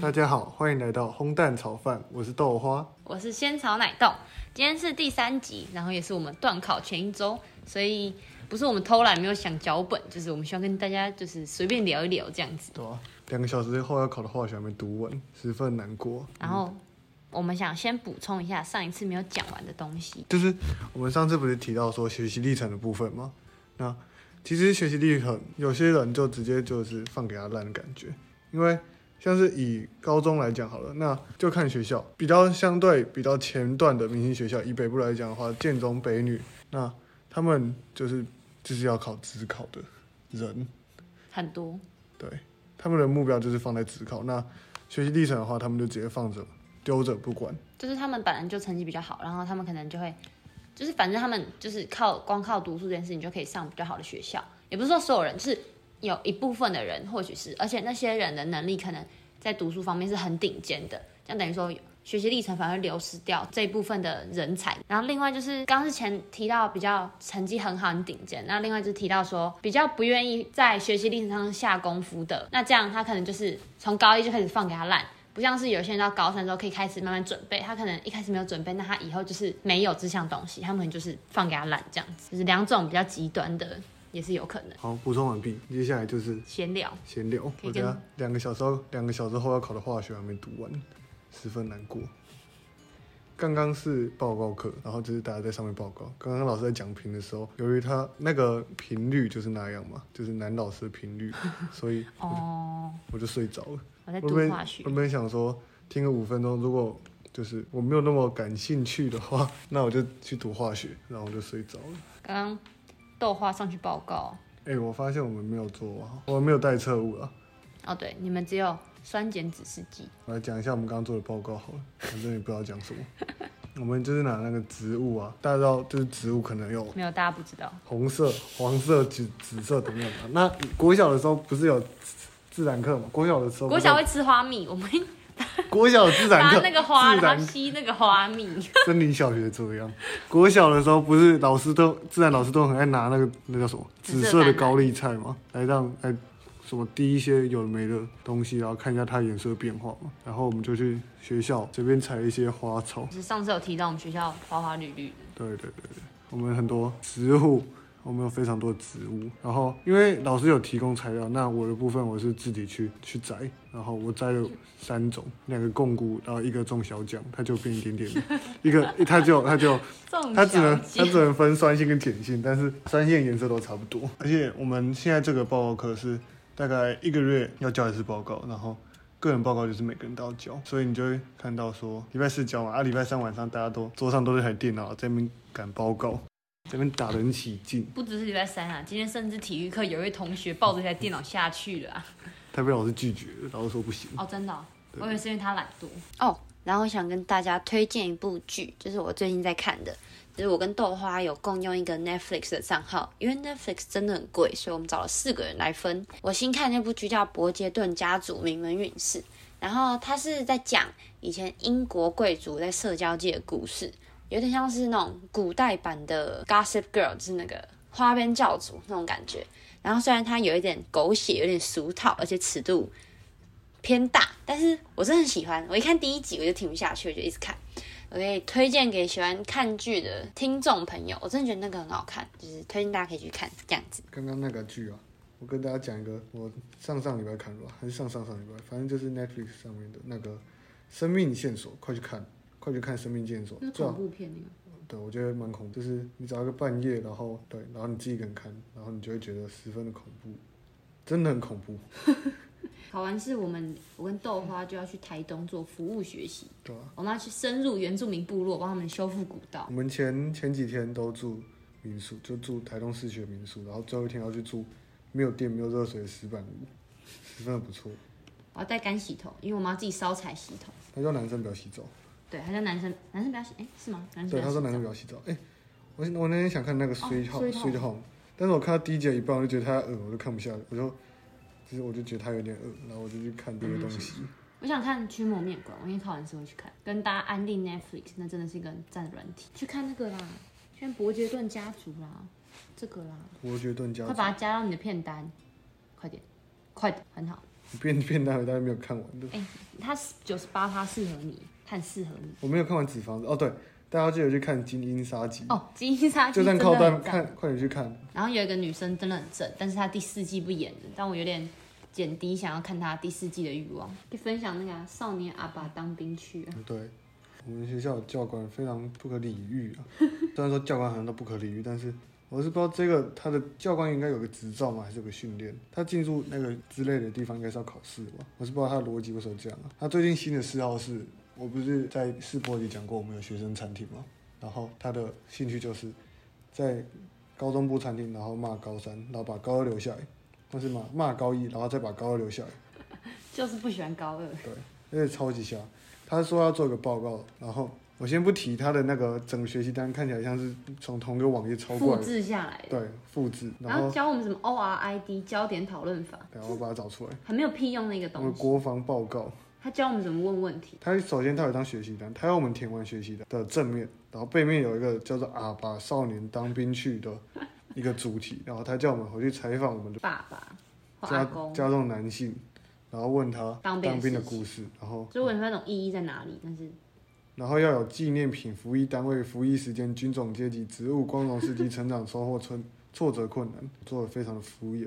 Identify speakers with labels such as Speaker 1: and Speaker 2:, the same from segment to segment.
Speaker 1: 大家好，欢迎来到烘蛋炒饭，我是豆花。
Speaker 2: 我是仙草奶冻，今天是第三集，然后也是我们断考前一周，所以不是我们偷懒没有想脚本，就是我们希望跟大家就是随便聊一聊这样子。
Speaker 1: 对啊，两个小时后要考的化学还没读完，十分难过。
Speaker 2: 然后我们想先补充一下上一次没有讲完的东西，
Speaker 1: 就是我们上次不是提到说学习历程的部分吗？那其实学习历程，有些人就直接就是放给他烂的感觉，因为像是以高中来讲好了，那就看学校，比较相对比较前段的明星学校，以北部来讲的话，建中、北女，那他们就是就是要考职考的人，
Speaker 2: 很多
Speaker 1: 对，他们的目标就是放在职考。那学习历程的话，他们就直接放着丢着不管。
Speaker 2: 就是他们本来就成绩比较好，然后他们可能就会，就是反正他们就是靠光靠读书这件事情就可以上比较好的学校，也不是说所有人，就是有一部分的人或许是，而且那些人的能力可能在读书方面是很顶尖的，这样等于说学习历程反而流失掉这一部分的人才。然后另外就是刚之前提到比较成绩很好、很顶尖，那另外就是提到说比较不愿意在学习历程上下功夫的，那这样他可能就是从高一就开始放给他烂。不像是有些人到高三之后可以开始慢慢准备，他可能一开始没有准备，那他以后就是没有这项东西，他们可能就是放给他烂这样子，就是两种比较极端的也是有可能。
Speaker 1: 好，补充完毕，接下来就是
Speaker 2: 闲聊，
Speaker 1: 闲聊。
Speaker 2: 可以
Speaker 1: 我等
Speaker 2: 跟
Speaker 1: 下两个小时后，两个小时后要考的化学还没读完，十分难过。刚刚是报告课，然后就是大家在上面报告。刚刚老师在讲评的时候，由于他那个频率就是那样嘛，就是男老师的频 率，所以
Speaker 2: 哦，
Speaker 1: 我就睡着了。
Speaker 2: 我在
Speaker 1: 我
Speaker 2: 读
Speaker 1: 本
Speaker 2: 化学
Speaker 1: 我，本想说听个五分钟，如果就是我没有那么感兴趣的话，那我就去读化学，然后我就睡着了。
Speaker 2: 刚刚豆花上去报告。
Speaker 1: 哎、我发现我们没有做啊，我们没有带测物啊。
Speaker 2: 哦，对，你们只有酸碱指示剂，
Speaker 1: 我来讲一下我们刚刚做的报告好了，反正也不知道讲什么。 我们就是拿那个植物啊，大家知道就是植物可能有
Speaker 2: 没有大家不知道。
Speaker 1: 红色、黄色、紫紫色等等嘛。那国小的时候不是有自自然课嘛？国小的时候不
Speaker 2: 国
Speaker 1: 是
Speaker 2: 小会吃花蜜，我们会
Speaker 1: 国小自然
Speaker 2: 拔
Speaker 1: 课
Speaker 2: 那个花，
Speaker 1: 自
Speaker 2: 然
Speaker 1: 然
Speaker 2: 后吸那个花蜜。
Speaker 1: 森林小学这样。国小的时候不是老师都自然老师都很爱拿那个那叫什么
Speaker 2: 紫色
Speaker 1: 紫色的
Speaker 2: 斑斓
Speaker 1: 高丽菜嘛，来让来什么滴一些有的没的东西，然后看一下它颜色变化嘛。然后我们就去学校随便采一些花草，
Speaker 2: 就是上次有提到我们学校花花绿绿的，
Speaker 1: 对对对对，我们很多植物。我们有非常多植物，然后因为老师有提供材料，那我的部分我是自己去去摘，然后我摘了三种，两个共菇，然后一个中小奖，它就变一点点了，一个它就它就
Speaker 2: 中
Speaker 1: 它只能它
Speaker 2: 小
Speaker 1: 只
Speaker 2: 姐
Speaker 1: 能分酸性跟碱性，但是酸性的颜色都差不多。而且我们现在这个报告课是大概一个月要交一次报告，然后个人报告就是每个人都要交，所以你就会看到说礼拜四交嘛，啊礼拜三晚上大家都桌上都是台电脑在那边赶报告，在那边打得很起劲。
Speaker 2: 不只是礼拜三啊，今天甚至体育课有一位同学抱着一台电脑下去了、啊。
Speaker 1: 他被老师拒绝了，老师说不行。
Speaker 2: 哦，真的哦、
Speaker 1: 对
Speaker 2: 我以为是因为他懒惰。哦，然后想跟大家推荐一部剧，就是我最近在看的，就是我跟豆花有共用一个 Netflix 的账号，因为 Netflix 真的很贵，所以我们找了四个人来分。我新看那部剧叫《伯杰顿家族名门运势》，然后它是在讲以前英国贵族在社交界的故事，有点像是那种古代版的 Gossip Girl，就是那个花边教主那种感觉。然后虽然它有一点狗血，有点俗套，而且尺度偏大，但是我真的很喜欢。我一看第一集我就停不下去，我就一直看。我可以推荐给喜欢看剧的听众朋友，我真的觉得那个很好看，就是推荐大家可以去看这样子。
Speaker 1: 刚刚那个剧啊，我跟大家讲一个，我上上礼拜看的吧，还是上上上礼拜，反正就是 Netflix 上面的那个《生命线索》，快去看，快去看《生命线索》。最好
Speaker 2: 怖片那个，
Speaker 1: 对，我觉得蛮恐怖，就是你找一个半夜，然后对，然后你自己一个人看，然后你就会觉得十分的恐怖，真的很恐怖，
Speaker 2: 考完试我们我跟豆花就要去台东做服务学习，
Speaker 1: 对吧、
Speaker 2: 我们要去深入原住民部落帮他们修复古道。
Speaker 1: 我们前前几天都住民宿，就住台东市区的民宿，然后最后一天要去住没有电、没有热水的石板屋，十分的不错。
Speaker 2: 我要带干洗头，因为我们要自己烧柴洗头。
Speaker 1: 他叫男生不要洗澡。
Speaker 2: 对，还叫男生，男生不要洗，哎、是吗？男生
Speaker 1: 对，
Speaker 2: 不
Speaker 1: 他
Speaker 2: 要洗
Speaker 1: 说男生不要洗澡。哎、我我那天想看那个
Speaker 2: 哦
Speaker 1: Sweet Home、
Speaker 2: Sweet
Speaker 1: Sweet Home，但是我看到第一集的一半，我就觉得他恶，我就看不下去，我就就是我就觉得他有点恶，然后我就去看
Speaker 2: 嗯
Speaker 1: 这个东西。
Speaker 2: 我想看《驱魔面馆》，我因为考完试会去看，跟大家安利 Netflix，那真的是一个很赞的软体。去看那个啦，去看《伯爵顿家族》啦，这个啦，
Speaker 1: 伯爵顿家
Speaker 2: 快把它加到你的片单，快点，快点，很好。
Speaker 1: 变变大了，大家没有看完的。
Speaker 2: 哎、它九十八它适合你，它很适合你。
Speaker 1: 我没有看完《纸房子》哦，对，大家记得去看《精英杀机》
Speaker 2: 哦，金沙
Speaker 1: 就算
Speaker 2: 真的
Speaker 1: 靠蛋
Speaker 2: 很赞。
Speaker 1: 看，快点去看。
Speaker 2: 然后有一个女生真的很正，但是她第四季不演了，但我有点减低想要看她第四季的欲望。可以分享那个、啊、少年阿爸当兵去啊，
Speaker 1: 嗯对，我们学校的教官非常不可理喻啊。 虽然说教官好像都不可理喻，但是我是不知道这个他的教官应该有个执照吗，还是有个训练？他进入那个之类的地方应该是要考试吧？我是不知道他的逻辑为什么这样啊。他最近新的嗜好是，我不是在世博里讲过我们有学生餐厅吗？然后他的兴趣就是在高中部餐厅，然后骂高三，然后把高二留下来，或是骂骂高一，然后再把高二留下来。
Speaker 2: 就是不喜欢高二。
Speaker 1: 对，而且超级瞎。他说要做个报告，然后我先不提他的那个整个学习单，看起来像是从同一个网页抄过
Speaker 2: 复
Speaker 1: 来的，
Speaker 2: 制下来的，
Speaker 1: 对，复制，然
Speaker 2: 然后
Speaker 1: 后
Speaker 2: 教我们什么 O R I D 焦点讨论法，
Speaker 1: 然后我把它找出来。
Speaker 2: 还没有屁用那个
Speaker 1: 我们
Speaker 2: 东西。
Speaker 1: 国防报告，
Speaker 2: 他教我们怎么问问题，
Speaker 1: 他首先他有一张学习单，他要我们填完学习单的正面，然后背面有一个叫做“阿爸少年当兵去”的一个主题，然后他叫我们回去采访我们的
Speaker 2: 爸爸或
Speaker 1: 家
Speaker 2: 阿公，
Speaker 1: 家中男性，然后问他当
Speaker 2: 当兵的
Speaker 1: 兵的
Speaker 2: 事情
Speaker 1: 故事，然后
Speaker 2: 所以我也不知道那种意义在哪里，但是
Speaker 1: 然后要有纪念品、服役单位、服役时间、军种阶级、职务、光荣事迹、成长收获、挫挫折、困难，做的非常的敷衍。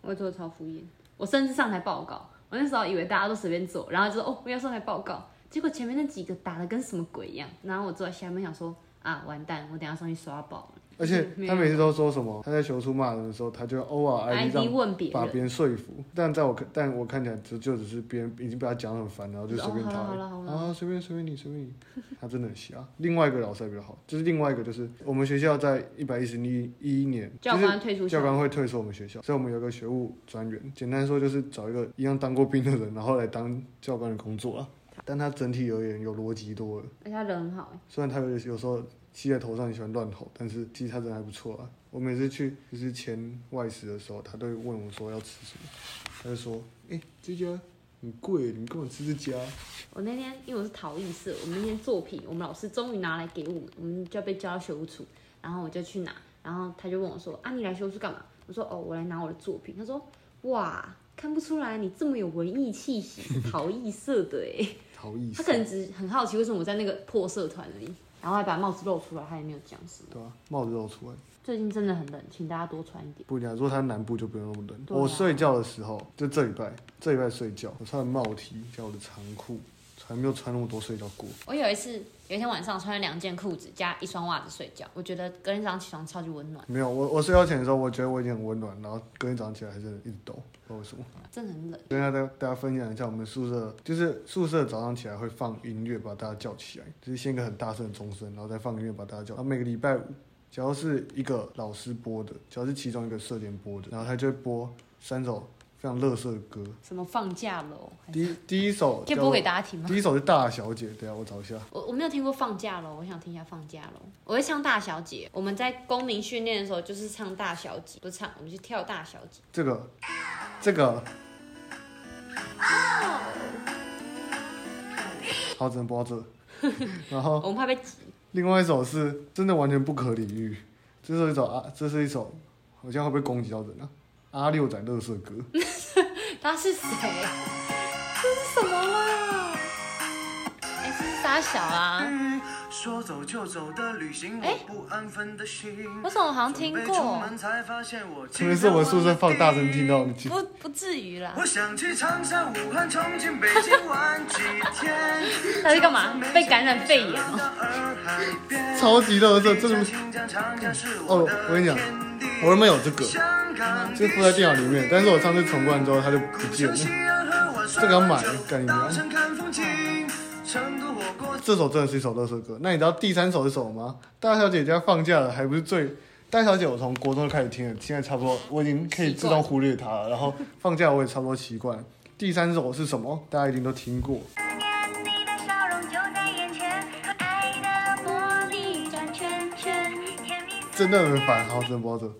Speaker 2: 我也做的超敷衍。我甚至上台报告，我那时候以为大家都随便做，然后就说哦我要上台报告，结果前面那几个打的跟什么鬼一样，然后我坐在下面想说啊完蛋，我等一下上去刷爆了。
Speaker 1: 而且
Speaker 2: 没有
Speaker 1: 他每次都说什么，他在求出骂人的时候，他就偶尔
Speaker 2: I
Speaker 1: ID
Speaker 2: D
Speaker 1: 让
Speaker 2: 问别
Speaker 1: 把
Speaker 2: 人，
Speaker 1: 别人说服，但在我看，但我看起来只就只是别人已经被他讲得很烦，然后就随便他
Speaker 2: 哦好了好了好了
Speaker 1: 啊，随便随便你随便你，他真的很瞎。另外一个老师还比较好，就是另外一个就是我们学校在一百一十一一年，
Speaker 2: 教
Speaker 1: 就是
Speaker 2: 官退出
Speaker 1: 教
Speaker 2: 校园
Speaker 1: 官会退出我们学校，所以我们有个学务专员，简单说就是找一个一样当过兵的人，然后来当教官的工作啊。但他整体而言有逻辑多了，
Speaker 2: 而且他人很好欸，
Speaker 1: 虽然他有有时候气在头上很喜欢乱吼，但是其实他人还不错啊。我每次去就是前外食的时候，他都会问我说要吃什么，他就说：“哎、这家很贵，你们干嘛吃这家？
Speaker 2: 我那天因为我是陶艺社，我们那天作品，我们老师终于拿来给我们，我们就要被叫到学务处，然后我就去拿，然后他就问我说：“啊，你来学务处干嘛？”我说：“哦，我来拿我的作品。”他说：“哇，看不出来你这么有文艺气息， 陶艺社的哎。
Speaker 1: 好意”
Speaker 2: 他
Speaker 1: 思
Speaker 2: 可。能只很好奇为什么我在那个破社团里，然后还把帽子露出来，他也没有讲什么。”
Speaker 1: 对啊，帽子露出来
Speaker 2: 最近真的很冷，请大家多穿一点。
Speaker 1: 不一定啊。如果他南部就不用那么冷。
Speaker 2: 对啊
Speaker 1: 我睡觉的时候，就这礼拜，这礼拜睡觉，我穿帽 T 加我的长裤，从来没有穿那么多睡觉过。
Speaker 2: 我有一次，有一天晚上穿了两件裤子加一双袜子睡觉，我觉得隔天早上起床超级温暖，
Speaker 1: 没有，我我睡觉前的时候，我觉得我已经很温暖，然后隔天早上起来还是一直抖，不知道为什么。
Speaker 2: 真的很冷。
Speaker 1: 跟大家大家分享一下，我们宿舍就是宿舍早上起来会放音乐把大家叫起来，就是先一个很大声的钟声，然后再放音乐把大家叫。然后每个礼拜五，只要是一个老师播的，只要是其中一个社点播的，然后他就会播三首非常乐色的歌。
Speaker 2: 什么放假喽？还是
Speaker 1: 第一第一首
Speaker 2: 可
Speaker 1: 叫
Speaker 2: 以播
Speaker 1: 做
Speaker 2: 给大家听吗？
Speaker 1: 第一首是大小姐，等一下我找一下。
Speaker 2: 我我没有听过放假喽，我想听一下放假喽。我会唱大小姐，我们在公民训练的时候就是唱大小姐，不是唱，我们去跳大小姐。
Speaker 1: 这个，这个。好，只能播到这。然后
Speaker 2: 我们怕被挤，
Speaker 1: 另外一首是真的完全不可理喻，这是一首啊，这是一首，好像会不会攻击到人啊？阿六仔乐色歌，
Speaker 2: 他是谁？啊这是什么啦？哎、这是沙小啊？
Speaker 3: 说走就走的旅行，
Speaker 2: 哎
Speaker 3: 我不安分的心。
Speaker 2: 我怎么好像听
Speaker 3: 准备出
Speaker 2: 过？
Speaker 3: 门才发现我
Speaker 1: 可能是我们宿舍放大声听到的。
Speaker 2: 不不至于啦。
Speaker 3: 我想去长沙、武汉、重庆、北京玩几天。
Speaker 2: 他在干嘛被感染肺炎
Speaker 3: 哦
Speaker 1: 超级乐色，真的。哦
Speaker 3: 哦
Speaker 1: 我跟你讲我原本有这个，
Speaker 3: 香港
Speaker 1: 就附在电脑里面，但是我上次重灌之后它就不见了。这个要买干你娘
Speaker 3: 稻城看风景成都火锅
Speaker 1: 这首真的是一首乐色歌。那你知道第三首是什么吗？大小姐家放假了，还不是最。大小姐，我从国中就开始听了，现在差不多我已经可以自动忽略它 了。然后放假我也差不多习惯了。第三首是什么？大家一定都听过。
Speaker 4: 你的笑容就在眼前，爱的魔力转圈圈，甜蜜。
Speaker 1: 真的很烦，好，真波子。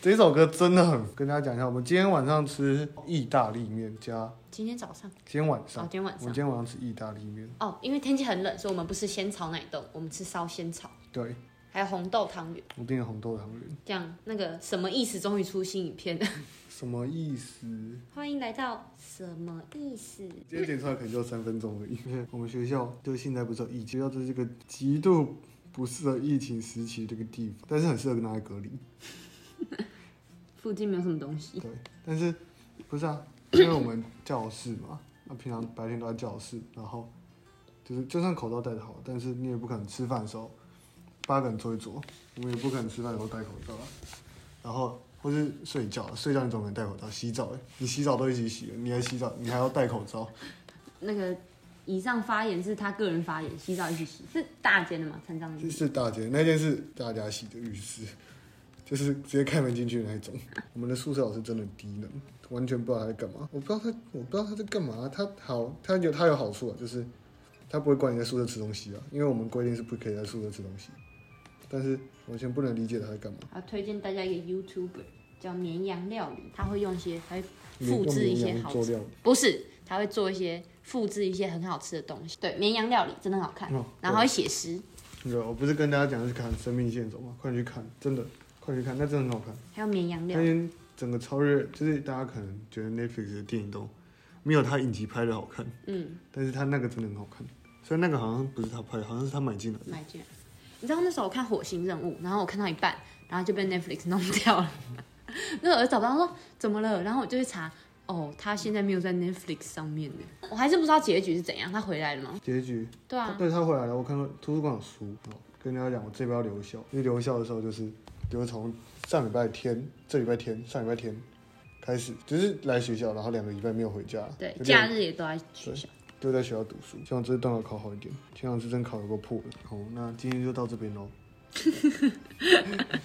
Speaker 1: 这首歌真的很，跟大家讲一下，我们今天晚上吃意大利面加，
Speaker 2: 今天早上
Speaker 1: 今天晚
Speaker 2: 哦，
Speaker 1: 上，
Speaker 2: 今天晚
Speaker 1: 我
Speaker 2: 上
Speaker 1: 们今天晚上吃意大利面，
Speaker 2: 哦，因为天气很冷，所以我们不吃仙草奶冻，我们吃烧仙草。
Speaker 1: 对，
Speaker 2: 还有红豆汤圆，
Speaker 1: 我订了红豆汤圆，
Speaker 2: 这样那个什么意思？终于出新影片了，
Speaker 1: 什么意思？
Speaker 2: 欢迎来到什么意思？
Speaker 1: 今天点出来可能就三分钟而已。 我们学校就现在不是有疫情，学校这是个极度不适合疫情时期这个地方，但是很适合拿来隔离。
Speaker 2: 附近没有什么东西，
Speaker 1: 对，但是不是啊？因为我们教室嘛，那平常白天都在教室，然后就是就算口罩戴得好，但是你也不可能吃饭的时候八个人坐一桌，我们也不可能吃饭的时候戴口罩啊。然后或是睡觉，睡觉你总不能戴口罩，洗澡、欸、你洗澡都一起洗了，你还洗澡，你还要戴口罩。
Speaker 2: 那个。以上发言是他个人发言，洗澡一起洗是大间的嘛？残障人
Speaker 1: 是是大姐，那件是大家洗的浴室，就是直接开门进去的那一种。我们的宿舍老师真的很低能，完全不知道他在干嘛。我不知道他，我不知道他在干嘛。他好，他有他有好处啊，就是他不会管你在宿舍吃东西啊，因为我们规定是不可以在宿舍吃东西。但是完全不能理解他在干嘛。
Speaker 2: 还推荐大家一个 YouTuber 叫绵羊料理，他会用一些，他会
Speaker 1: 用
Speaker 2: 复制一些
Speaker 1: 绵羊
Speaker 2: 好
Speaker 1: 做
Speaker 2: 吃
Speaker 1: 料理，
Speaker 2: 不是，他会做一些复制一些很好吃的东西。对，绵羊料理真的很好看，
Speaker 1: 哦
Speaker 2: 然后还会写诗，
Speaker 1: 那个我不是跟大家讲要去看《生命线走》吗？快去看，真的，快去看，那真的很好看。
Speaker 2: 还有绵羊料
Speaker 1: 那
Speaker 2: 理，
Speaker 1: 天整个超越，就是大家可能觉得 Netflix 的电影都没有他影集拍的好看。
Speaker 2: 嗯，
Speaker 1: 但是他那个真的很好看，虽然那个好像不是他拍的，好像是他买进来的。
Speaker 2: 买进来。你知道那时候我看《火星任务》，然后我看到一半，然后就被 Netflix 弄掉了。 那我找不到，说怎么了？然后我就去查，哦，他现在没有在 Netflix 上面呢。我还是不知道结局是怎样。他回来了吗？
Speaker 1: 结局，
Speaker 2: 对啊，
Speaker 1: 对他回来了，我看过图书馆有书，好跟大家讲，我这边要留校，因为留校的时候就是，就是从上礼拜天、这礼拜天、上礼拜天开始，就是来学校，然后两个礼拜没有回家，
Speaker 2: 对
Speaker 1: 就，
Speaker 2: 假
Speaker 1: 两
Speaker 2: 日也都在学校。
Speaker 1: 就在学校读书，希望这段要考好一点，前两次真考有个破的。好，那今天就到这边 喽。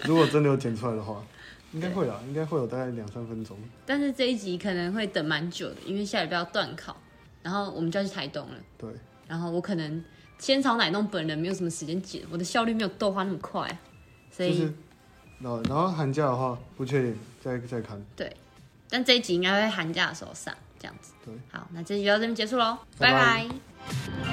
Speaker 1: 如果真的有剪出来的话，应该会啦，应该会有大概两三分钟。
Speaker 2: 但是这一集可能会等蛮久的，因为下礼拜要断考，然后我们就要去台东了。
Speaker 1: 对，
Speaker 2: 然后我可能仙草奶弄本人没有什么时间剪，我的效率没有豆花那么快，所
Speaker 1: 就
Speaker 2: 以、
Speaker 1: 是，然后然后寒假的话不确定，再再看。
Speaker 2: 对。但这一集应该会寒假的时候上，这样子。
Speaker 1: 对，
Speaker 2: 好，那这集就到这边结束喽，
Speaker 1: 拜
Speaker 2: 拜
Speaker 1: 拜
Speaker 2: 拜